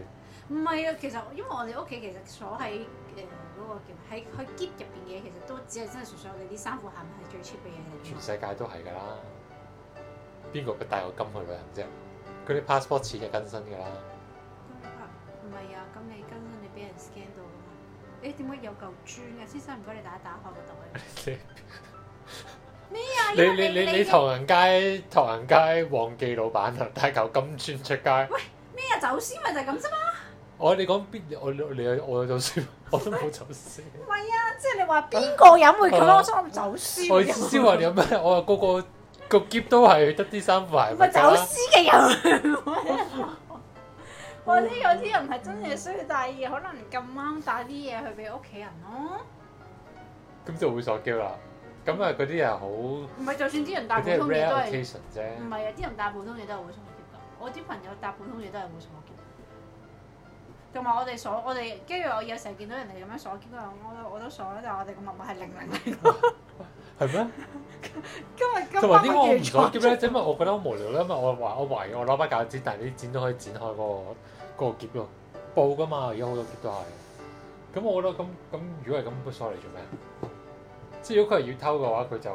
S1: 唔係啊，其實因為我哋屋企其實鎖喺誒嗰個叫喺喺篋入邊嘅嘢，其實都只係真係純粹我哋啲衫褲鞋襪係最 cheap 嘅嘢嚟
S2: 全
S1: 㗎嘛。
S2: 世界都係㗎啦。邊個帶個金去旅行啫？佢啲 passport 錢就更新㗎啦。
S1: 咁你話唔係啊，咁你跟身你俾人 scan 到㗎嘛？誒點解有嚿磚嘅？先生唔該你打一打開個袋。
S2: 你啊你你你唐人街唐人街旺記老闆啊，帶嚿金磚出街。
S1: 咩啊？走私咪就係咁啫嘛！
S2: 我你講邊？我你你我有走 私，我都冇走私。
S1: 即係你話邊個人會咁
S2: 啊
S1: 樣？我心諗走私嘅
S2: 我
S1: 人。
S2: 知話你有咩？我話個個個篋都係得啲衫
S1: 唔
S2: 褲鞋
S1: 係
S2: 襪
S1: 啊走
S2: 㗎啦。
S1: 私嘅人， 或者有啲人係真係需要帶嘢，可能咁啱帶啲嘢去俾屋企人咯。
S2: 咁就會鎖機啦。咁啊，嗰啲人好，
S1: 唔係，就算啲人帶
S2: 嗰
S1: 普
S2: 啲係
S1: 通嘢
S2: rare
S1: 都係，
S2: occasion 啫。
S1: 唔係啊！啲人帶普通嘢都係會送我㗎。我啲朋友帶普通嘢都係會送我㗎。同埋我哋鎖，我哋跟住我有時候見到人哋咁樣鎖結果我都我都鎖啦，但係我哋個密碼係零零零。
S2: 係咩？
S1: 今日今
S2: 同埋點解
S1: 晚
S2: 我
S1: 夜
S2: 唔鎖結咧？因為我覺得好無聊啦，因為我懷我懷疑我攞把鉸剪，但係啲剪都可以剪開嗰、個嗰、個結咯，布噶嘛，而家好多結都係。咁我覺得咁咁，如果係咁，sorry 做咩？啊即係如果佢係要偷嘅話，佢就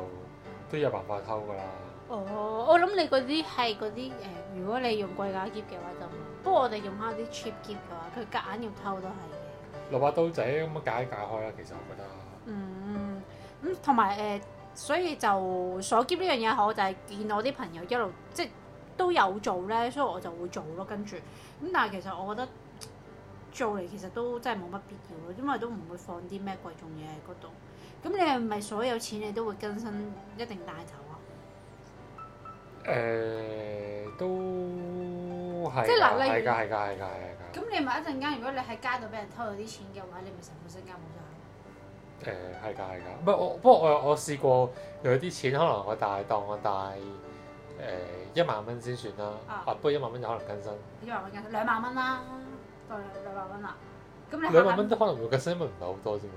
S2: 都有辦法偷噶啦。
S1: 哦，我諗你嗰啲係嗰啲誒，如果你用貴價夾嘅話就冇，不過我哋用下啲 cheap 夾嘅話，佢夾硬要偷都係嘅。
S2: 攞把刀仔咁樣解一解開啦，其實我覺得。
S1: 嗯，咁同埋誒，所以就鎖篋呢樣嘢，我就係見我啲朋友一路即係都有做咧，所以我就會做咯。跟住咁，但係其實我覺得做嚟其實都真係冇乜必要咯，因為都唔會放啲咩貴重嘢喺嗰度。咁你係咪所有錢你都會更新一定帶走啊？
S2: 誒、都係㗎。
S1: 即係嗱例
S2: 係㗎，係㗎，係
S1: 如
S2: 㗎，係㗎，係㗎。
S1: 咁你咪一陣間，如果你喺街度俾人偷咗啲錢嘅話，你咪成副身家冇晒。
S2: 誒係㗎係㗎，唔係我不過我我試過有啲錢，可能我大當我帶誒一萬蚊先算啦，
S1: 啊
S2: 啊不過一萬蚊就可能更新，
S1: 一萬蚊更新兩萬蚊啦，當兩兩萬蚊啦。咁你慳
S2: 兩萬蚊都可能會更新，因為唔係好多啫嘛。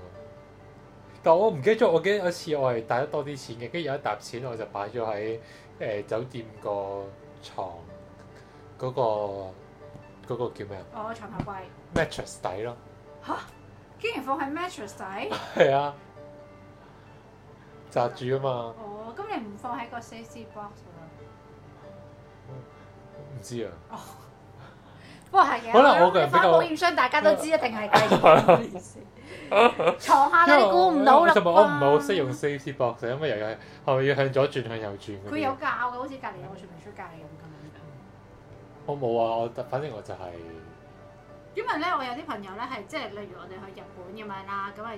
S2: 但我唔記得咗，我記得有一次我係帶得多啲錢嘅，跟住有一沓錢我就擺咗喺誒酒店個床嗰、個嗰、個叫咩啊
S1: 我哦床頭櫃，
S2: mattress 底咯，
S1: 竟然放喺 mattress 底。
S2: 係啊，扎住啊嘛，
S1: 哦，咁你唔放喺個 safety box 度啦？
S2: 唔知啊。
S1: 不過係嘅，
S2: 可能我個人
S1: 你
S2: 比較
S1: 翻保險箱，大家都知一定 係計。床下啊底你估唔到啦。
S2: 同埋我唔係好識用。safety box，因為又係係咪要向左轉向右轉嗰啲
S1: 佢有教嘅，好似隔離有個說明書教你咁咁
S2: 我冇啊，我反正我就係、
S1: 樣。因為咧，我有啲朋友咧係即係例如我哋去日本咁樣啦，咁係誒，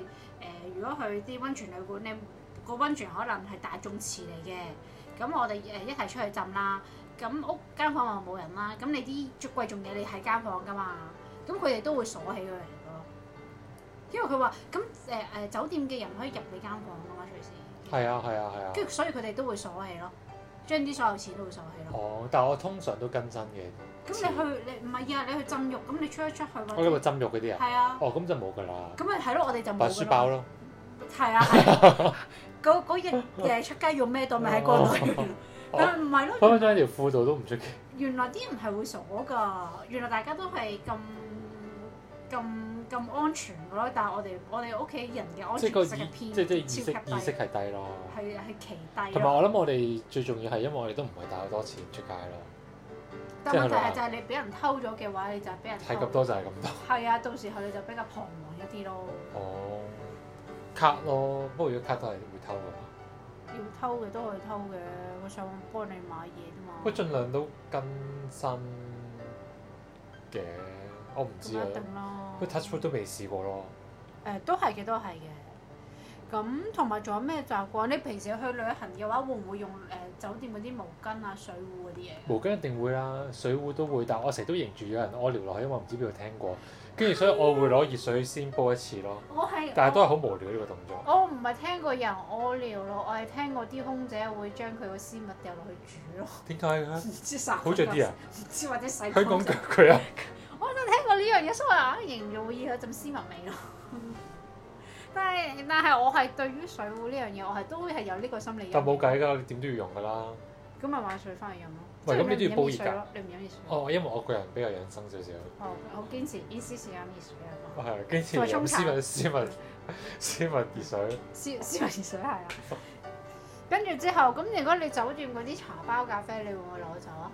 S1: 如果去啲温泉旅館，你個温泉可能係大眾池嚟嘅，咁我哋誒一齊出去浸啦，咁屋間房又冇人啦，咁你啲最貴重嘢你喺間房噶嘛，咁佢哋都會鎖起佢嚟咯，因為佢話咁誒誒酒店嘅人可以入你間房噶嘛隨時，
S2: 係啊係啊係啊。
S1: 跟住所以佢哋都會鎖起咯，將啲所有錢都會鎖起咯。
S2: 哦，但係我通常都更新嘅。
S1: 咁你去你唔係啊，你去浸浴咁你出一出去
S2: 我呢個
S1: 揾，
S2: 浸浴嗰啲啊，
S1: 係啊，
S2: 哦咁就冇㗎啦，
S1: 咁咪係咯，我哋就
S2: 擺
S1: 冇
S2: 書
S1: 㗎
S2: 包
S1: 咯，
S2: 咯。
S1: 係啊係啊， 嗰嗰日誒出街用咩袋咪喺嗰
S2: 哦
S1: 度，但係唔係咯。
S2: 分分鐘喺條褲度都唔出奇。
S1: 原來啲人係會鎖㗎，原來大家都係咁咁咁安全㗎咯。但係我哋我哋屋企人嘅安
S2: 即係
S1: 全
S2: 個
S1: 意識
S2: 意
S1: 係偏
S2: 即係即係意識
S1: 超級低
S2: 意識係低咯。
S1: 係啊係奇低
S2: 同埋
S1: 咯。
S2: 我諗我哋最重要係因為我哋都唔係帶好多錢出街咯，
S1: 但
S2: 即係
S1: 問題
S2: 話
S1: 係就係你俾人偷咗嘅話，你就係俾人
S2: 係咁
S1: 偷。
S2: 多就係咁多。
S1: 係啊，到時候你就比較彷徨一啲咯。
S2: 哦，卡咯，不過如果卡都係會偷㗎嘛。
S1: 要偷嘅都可以偷嘅，我上網幫你買嘢啫嘛。
S2: 我盡量都更新嘅，我唔
S1: 咁
S2: 知啊
S1: 一。定啦。
S2: 佢 touch wood 都未試過咯。
S1: 誒、都係嘅，都係嘅。咁同埋仲有咩習慣？你平時去旅行嘅話，會唔會用誒、酒店嗰啲毛巾啊、水壺嗰啲嘢？
S2: 毛巾一定會啦，水壺都會，但我成日都認住有人屙尿落去，因為我唔知邊度聽過，跟住所以我會攞熱水先煲一次咯。
S1: 我係
S2: 但係都係好無聊呢個動作。
S1: 我唔係聽過有人屙尿咯，我係聽過啲空姐會將佢個絲襪掉落去煮咯，
S2: 點解嘅？
S1: 唔知殺
S2: 好着啲啊！
S1: 唔知或者洗
S2: 香港腳佢啊，
S1: 我真係聽過呢樣嘢，所以我硬形容會有一陣絲襪味咯。 但係但係我係對於水壺呢樣嘢，我係都會係有呢個心理。
S2: 但冇計㗎，你點都要用㗎啦。
S1: 咁咪買水翻嚟飲咯。
S2: 喂
S1: 即係
S2: 咁你都要煲
S1: 唔
S2: 熱
S1: 飲水
S2: 㗎
S1: 咯，你唔飲熱水。
S2: 哦，因為我個人比較養生少少，
S1: 哦，我堅持依時時飲熱水啊。
S2: 係跟住
S1: 再沖
S2: 飲絲
S1: 茶
S2: 襪絲襪絲襪熱水，
S1: 燒燒熱水係啊。跟住之後，咁如果你酒店嗰啲茶包咖啡，你會唔會攞走啊？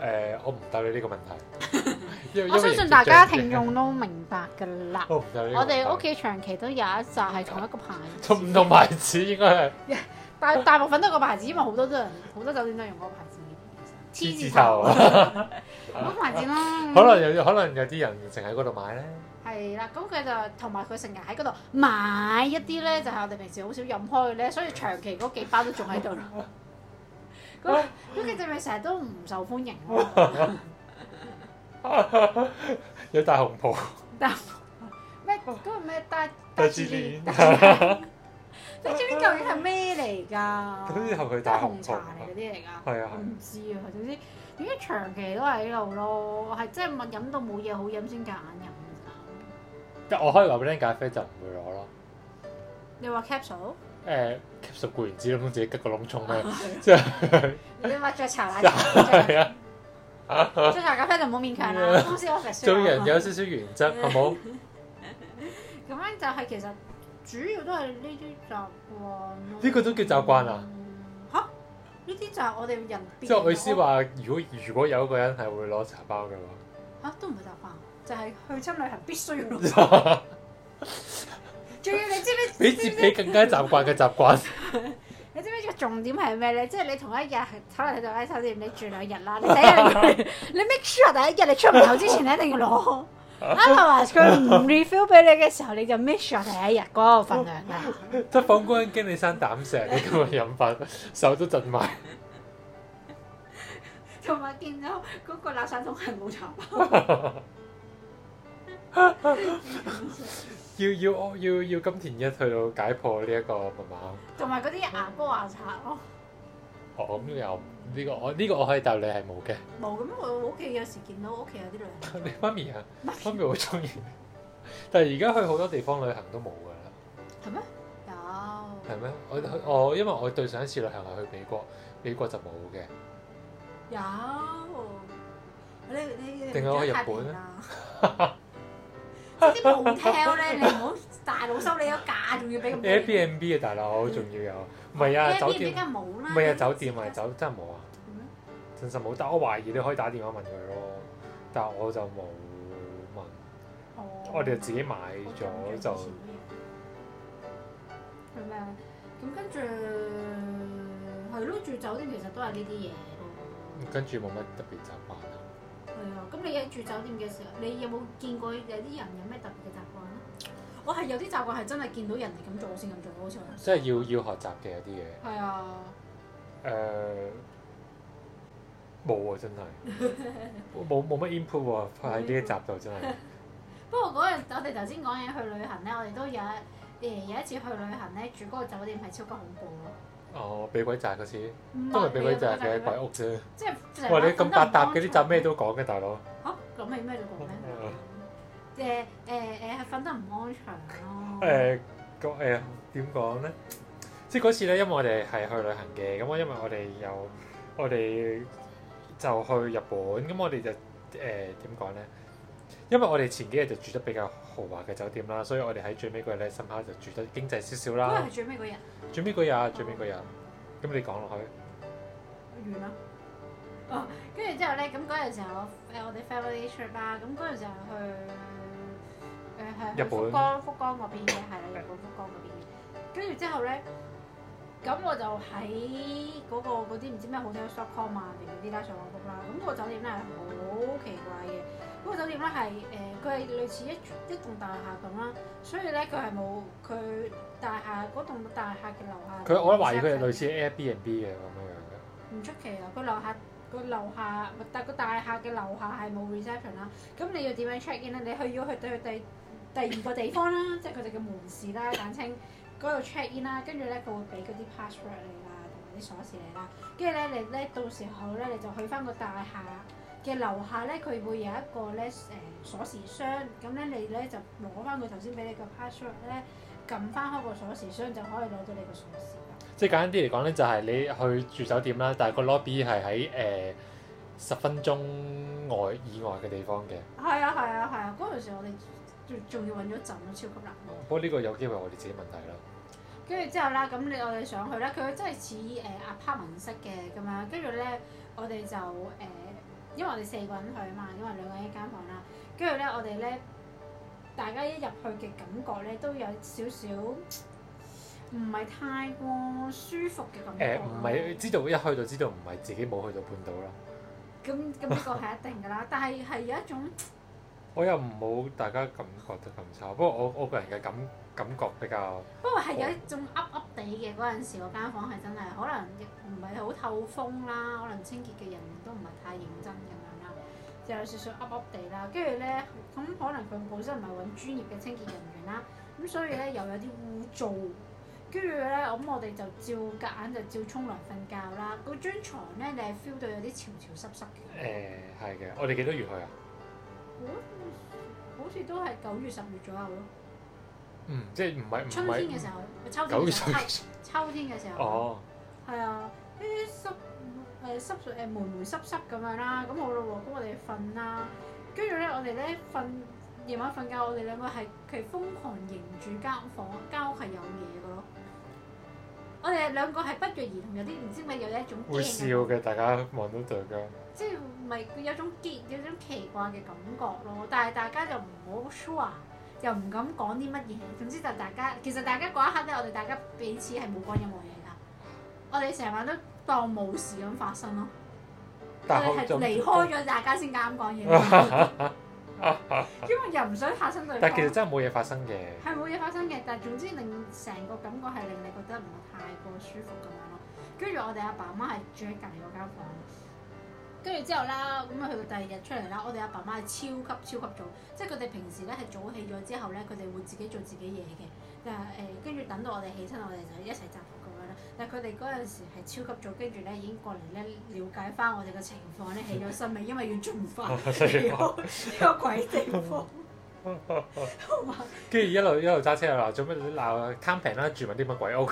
S2: 誒我唔答你呢個問題， 因為
S1: 我
S2: 因為
S1: 相
S2: 營
S1: 信
S2: 業
S1: 大家
S2: 障
S1: 聽眾都明白㗎啦。
S2: 我唔哦答你呢個問題。
S1: 我哋屋企長期都有一集係同一個牌子，
S2: 同唔同牌子應該係
S1: 但係大部分都係個牌子，因為好多都人好多酒店都用嗰個牌子。T 字頭
S2: 頭，啊
S1: 嗰個牌子 啦。
S2: 可能有可能有啲人淨喺嗰度買咧。
S1: 係啦，咁佢就同埋佢成日喺嗰度買一啲咧，就係、我哋平時好少飲開嘅咧，所以長期嗰幾包都仲喺 度咯。咁咁佢哋咪成日都唔受歡迎 咯。
S2: 有大紅袍，
S1: 咩嗰個咩大
S2: 大
S1: 字
S2: 字
S1: 鏈
S2: 鏈？
S1: 你知唔知究竟係咩嚟㗎？
S2: 總之係佢
S1: 都係
S2: 大
S1: 紅
S2: 紅
S1: 茶
S2: 袍
S1: 嚟嗰啲嚟㗎。
S2: 係啊
S1: 我唔知啊，總之點解長期都喺度咯？係真係咪飲到冇嘢好飲先夾硬 飲㗎？
S2: 係。我可以話俾你聽，咖啡就唔會攞咯。
S1: 你話 capsule？
S2: 誒 cap 十固然之窿，自己吉個窿衝 咧，
S1: 你話着茶奶茶？
S2: 係啊，
S1: 追查咖啡就唔好勉強 啦，公司 office
S2: 做人有少少原 則，好冇？
S1: 咁樣就係其實主要都係呢啲習慣咯。
S2: 呢個都叫習慣啊
S1: 嗯？嚇！呢啲就係我哋人
S2: 即
S1: 變
S2: 係我意思
S1: 咗
S2: 話，如果如果有一個人係會攞茶包嘅話，
S1: 嚇都唔係習慣，就係去親旅行必須要攞。 仲要你知唔知？
S2: 俾自己更加習慣嘅習慣。
S1: 你知唔知個重點係咩咧？即係你同一日可能喺度喺酒店，你住兩日啦，你第一日 你 make sure 第一日你出門口之前你一定要 攞。Otherwise 佢唔 refill 俾你嘅時候，你就 make sure 第一日嗰個份量啦。
S2: 執房嗰陣經你生膽石，你今日飲法手都震埋。
S1: 同埋見到嗰個垃圾桶係冇茶包，
S2: 要要我要要金田一去到解破呢一個密碼。
S1: 同埋嗰啲牙膏牙刷咯，
S2: 哦，咁又呢個我呢個我可以答你係冇嘅。
S1: 冇咁我屋企有時見到屋企有啲兩，
S2: 你媽咪啊，媽咪好中意。 但係而家去好多地方旅行都冇㗎啦。
S1: 係咩？有
S2: 係咩？我去我因為我對上一次旅行係去美國，美國就冇嘅。
S1: 有，你你你
S2: 定係去日本啊
S1: 啊？即係啲 motel 咧，你唔好大佬收你一價，仲要俾咁多嘢。
S2: Airbnb 啊，大佬仲要有，唔係啊酒
S1: Airbnb 點
S2: 店
S1: 解，冇
S2: 唔
S1: 啦？
S2: 係啊酒店啊酒真係冇啊，
S1: 係咩
S2: 真實冇。但我懷疑你可以打電話問佢咯，但係我就冇問，
S1: 哦
S2: 我哋就自己買
S1: 我仲唔
S2: 咗
S1: 知
S2: 就
S1: 佢前面係咩啊？咁跟住係咯，住酒店其實都係呢啲嘢咯。
S2: 嗯跟住冇乜特別習慣啦。
S1: 係啊，咁你喺住酒店嘅時候，你有冇見過有啲人有咩特別嘅習慣咧？我係有啲習慣係真係見到人哋咁做我先咁做，好似我
S2: 即係要要學習嘅有啲嘢。
S1: 係啊，
S2: 誒冇啊，真係 冇冇乜 input 喎喺呢一集度真係。
S1: 不過嗰日我哋頭先講嘢去旅行咧，我哋都有一誒有一次去旅行咧，住嗰個酒店係超級恐怖咯。
S2: 哦，俾鬼砸嗰次，
S1: 唔
S2: 都係俾鬼
S1: 就
S2: 砸嘅鬼，屋啫。
S1: 即係成
S2: 哇！
S1: 晚
S2: 你
S1: 瞓得
S2: 咁
S1: 唔
S2: 百搭嘅
S1: 安
S2: 啲
S1: 詳
S2: 集咩都講嘅，大佬。
S1: 嚇諗起咩就講咩。誒誒誒，瞓得唔安詳咯。
S2: 誒個誒點講咧？即係嗰次咧，因為我哋係去旅行嘅，咁我因為我哋有我哋就去日本，咁我哋就誒點講咧？因為我哋前幾日就住得比較豪華嘅酒店啦，所以我哋喺最尾嗰日咧，深刻就住得經濟少少
S1: 嗰
S2: 啦
S1: 日係。最尾嗰日
S2: 最尾嗰日，最尾嗰日，咁你講落去，
S1: 完啦。哦，跟住之後咧，咁嗰陣時候誒我哋 family trip 啦，咁嗰陣時候去誒係去
S2: 日本
S1: 福岡福岡嗰邊嘅，係啦，日本福岡嗰邊嘅。跟住之後咧，咁我就喺嗰、個嗰啲唔知咩 hotel shopcom 啊定嗰啲啦上網 book 啦，咁、個酒店咧係好奇怪嘅。嗰個酒店咧係誒，佢、係類似一一棟大廈咁啦，所以咧佢係冇佢大廈嗰棟大廈嘅樓下。
S2: 佢我懷疑佢係類似 Airbnb 嘅咁樣
S1: 唔出奇啊！佢樓下個樓下，但個大廈嘅樓下係冇 reception 啦。咁你要點樣 check in 咧？你去要去對第第二個地方啦，即係佢哋嘅門市啦，簡稱嗰度 check in 啦。跟住咧，佢會俾嗰啲 password 你啦，同埋啲鎖匙你啦。跟住咧，你咧到時候咧，你就去翻個大廈嘅樓下咧，佢會有一個咧誒、鎖匙箱，咁咧你咧就攞翻佢頭先俾你個 password 咧，撳翻開個鎖匙箱就可以攞到你個鎖匙啦。
S2: 即係簡單啲嚟講咧，就係、你去住酒店啦，但係個 lobby 係喺誒十分鐘外以外嘅地方嘅。
S1: 係啊係啊係啊！嗰陣、時我哋仲仲要揾咗陣咯，超級難揾。
S2: 不過呢個有機會我哋自己問題啦。
S1: 跟住之後啦，咁你我哋上去啦，佢真係似誒 apartment 式嘅咁樣，跟住咧我哋就誒、呃因為我哋四個人去啊嘛，因為兩個人一間房啦，跟住咧我哋咧大家一入去嘅感覺咧都有少少唔係太過舒服嘅感覺
S2: 誒
S1: 咯。
S2: 唔係知道一去就知道唔係自己冇去到半島啦。
S1: 咁咁呢個係一定㗎啦，但係係有一種
S2: 我又唔冇大家感覺得咁差，不過我我個人嘅感感覺比較
S1: 不過係有一種噏噏地嘅嗰陣時，嗰間房係真係可能亦唔係好透風啦，可能清潔嘅人員都唔係太認真咁樣啦，就有少少噏噏地啦。跟住咧，咁可能佢本身唔係揾專業嘅清潔人員啦，咁所以咧又有啲污糟。跟住咧，咁我哋就照隔硬就照沖涼瞓覺啦。嗰張牀咧，你係 feel 到有啲潮潮濕濕
S2: 誒
S1: 嘅。
S2: 係嘅。我哋幾多月去啊？
S1: 好似都係九月十月左右咯，
S2: 嗯，即係唔係唔
S1: 春天嘅
S2: 係
S1: 時候，秋天
S2: 九月
S1: 嘅時候，
S2: 十月
S1: 秋天嘅時候。
S2: 哦。
S1: 係啊，啲濕誒濕水誒霉霉濕濕咁樣啦，咁好啦喎，咁我哋瞓啦，跟住咧我哋咧瞓夜晚瞓覺，我哋兩個係佢瘋狂迎住間房，間屋係有嘢嘅咯。我哋兩個係不約而同有啲唔知咪有一種驚
S2: 會笑嘅，大家望到對嘅。
S1: 即係咪有種結有種奇怪嘅感覺咯？但係大家就唔好 sure，又唔敢講啲乜嘢。總之就大家其實大家嗰一刻咧，我哋大家彼此係冇講任何嘢㗎。我哋成晚都當冇事咁發生咯。我
S2: 但
S1: 哋
S2: 係
S1: 係
S2: 就
S1: 離開咗大家先敢講嘢，因 為又唔想嚇親對
S2: 但係其實
S1: 方。
S2: 真係冇嘢發生嘅。
S1: 係冇嘢發生嘅，但係總之令成個感覺係令你覺得唔係太過舒服咁樣咯。跟住我哋阿爸媽係住喺隔離嗰間房，跟住之後啦，咁啊去到第二日出嚟啦，我哋阿爸媽係超級超級早，即係佢哋平時咧係早起咗之後咧，佢哋會自己做自己嘢嘅，但係誒跟住等到我哋起身，我哋就一齊集合咁樣啦。但係佢哋嗰陣時係超級早，跟住咧已經過嚟咧了解翻我哋嘅情況咧，起咗身 未，因為要盡快 離開呢個鬼地方。同埋
S2: 跟住一路一路揸車又鬧，做咩鬧貪平啦，住埋啲乜鬼屋？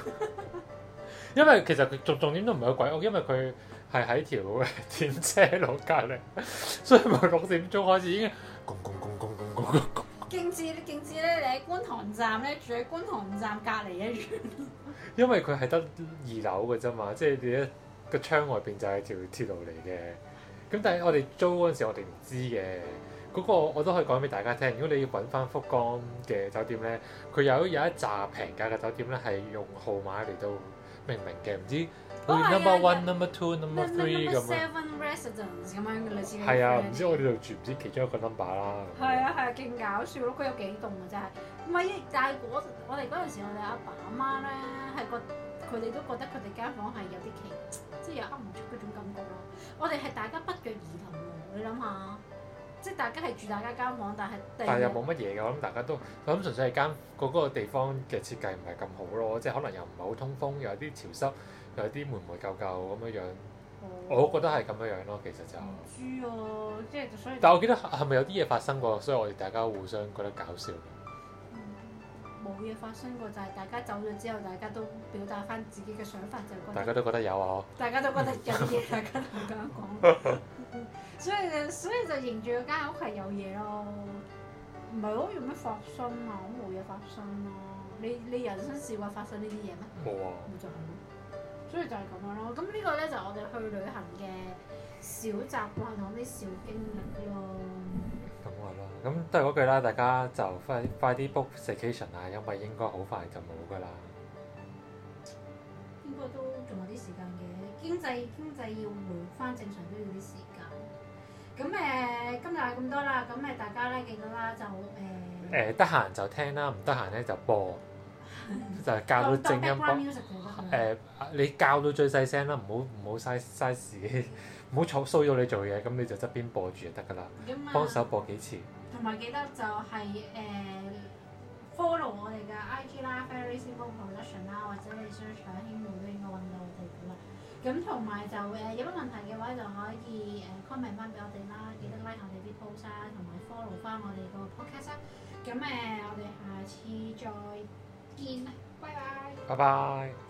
S2: 因為其實佢重重點都唔係個鬼屋，因為佢係喺條 電車路隔離，所以咪六點鐘開始已經拱拱拱拱拱拱拱拱，
S1: 勁子勁子咧，你喺觀塘站咧，住喺觀塘站隔離一住。
S2: 因為佢係得二樓嘅啫嘛，即係你一個窗外邊就係條鐵路嚟嘅。咁但係我哋租嗰陣時，我哋唔知嘅。嗰、個我都可以講俾大家聽。如果你要揾翻福岡嘅酒店咧，佢有有一扎平價嘅酒店咧，係用號碼嚟到命名嘅，唔知
S1: 哦係啊
S2: 好似
S1: 係
S2: number
S1: 啊
S2: one、number two、
S1: 咩
S2: number
S1: 咩
S2: three
S1: 咩
S2: 咁啊。
S1: Seven Residence 咁樣嘅類似嘅。
S2: 係啊，唔知我哋度住唔知其中一個 number 啦。咁樣
S1: 係啊係啊，勁搞笑咯！佢有幾棟啊真係，唔係但係我我哋嗰陣時，我哋阿爸阿媽咧係覺佢哋都覺得佢哋間房係有啲奇，即係又噏唔出嗰種感覺咯。我哋係大家不約而同喎，你諗下，即係大家係住大家間房，但係第
S2: 但係又
S1: 二日
S2: 冇乜嘢嘅，我諗大家都，我諗純粹係間嗰個地方嘅設計唔係咁好咯，即係可能又唔係好通風，又有啲潮濕，又有啲霉霉舊舊咁樣樣，我覺得係咁樣樣咯，其實就。
S1: 唔知啊，即係所以
S2: 但我記得係咪有啲嘢發生過，所以我哋大家互相覺得搞笑嘅。
S1: 嗯冇嘢發生過，就係大家走咗之後，大家都表達翻自己嘅想法，就覺
S2: 大
S1: 得
S2: 家都覺得有啊，
S1: 大家都覺得有嘢， 大家都咁講，所以就所以就認住嗰間屋係有嘢咯，唔係好有咩發生啊，我冇嘢發生咯、你你人生試過發生呢啲嘢咩？
S2: 冇啊，
S1: 咪就係咯，所以就係咁樣咯。咁呢個咧就係我哋去旅行嘅小習慣同啲小經歷咯。
S2: 咁係啦。咁都係嗰句啦，大家就快快啲 book vacation 啦，因為應該好快就冇㗎啦。
S1: 應該都仲有啲時間嘅，經濟經濟要回翻正常都要啲時間。咁誒、呃今日係咁多啦，咁誒大家咧記得啦，就誒、
S2: 誒、
S1: 呃
S2: 得閒就聽啦，唔得閒咧就播，就教到正音波
S1: 當。background music 嚟㗎
S2: 誒、你教到最細聲啦，唔好唔好嘥嘥時機，唔好嘈騷擾你做嘢，咁你就側邊播住就得㗎啦。
S1: 咁啊
S2: 幫手播幾次，
S1: 同埋記得就係、誒、follow 我哋嘅 IG 啦 f a i r y s i n g l e Production 啦，或者你 search 喺興門都應該揾到我哋噶啦。咁同埋就誒有乜問題嘅話就可以誒 comment 翻俾我哋啦，記得 like 我哋啲 post 啦，同埋 follow 翻我哋個 podcast 啊啦。咁誒，我哋下次再見啦，拜拜。
S2: 拜拜。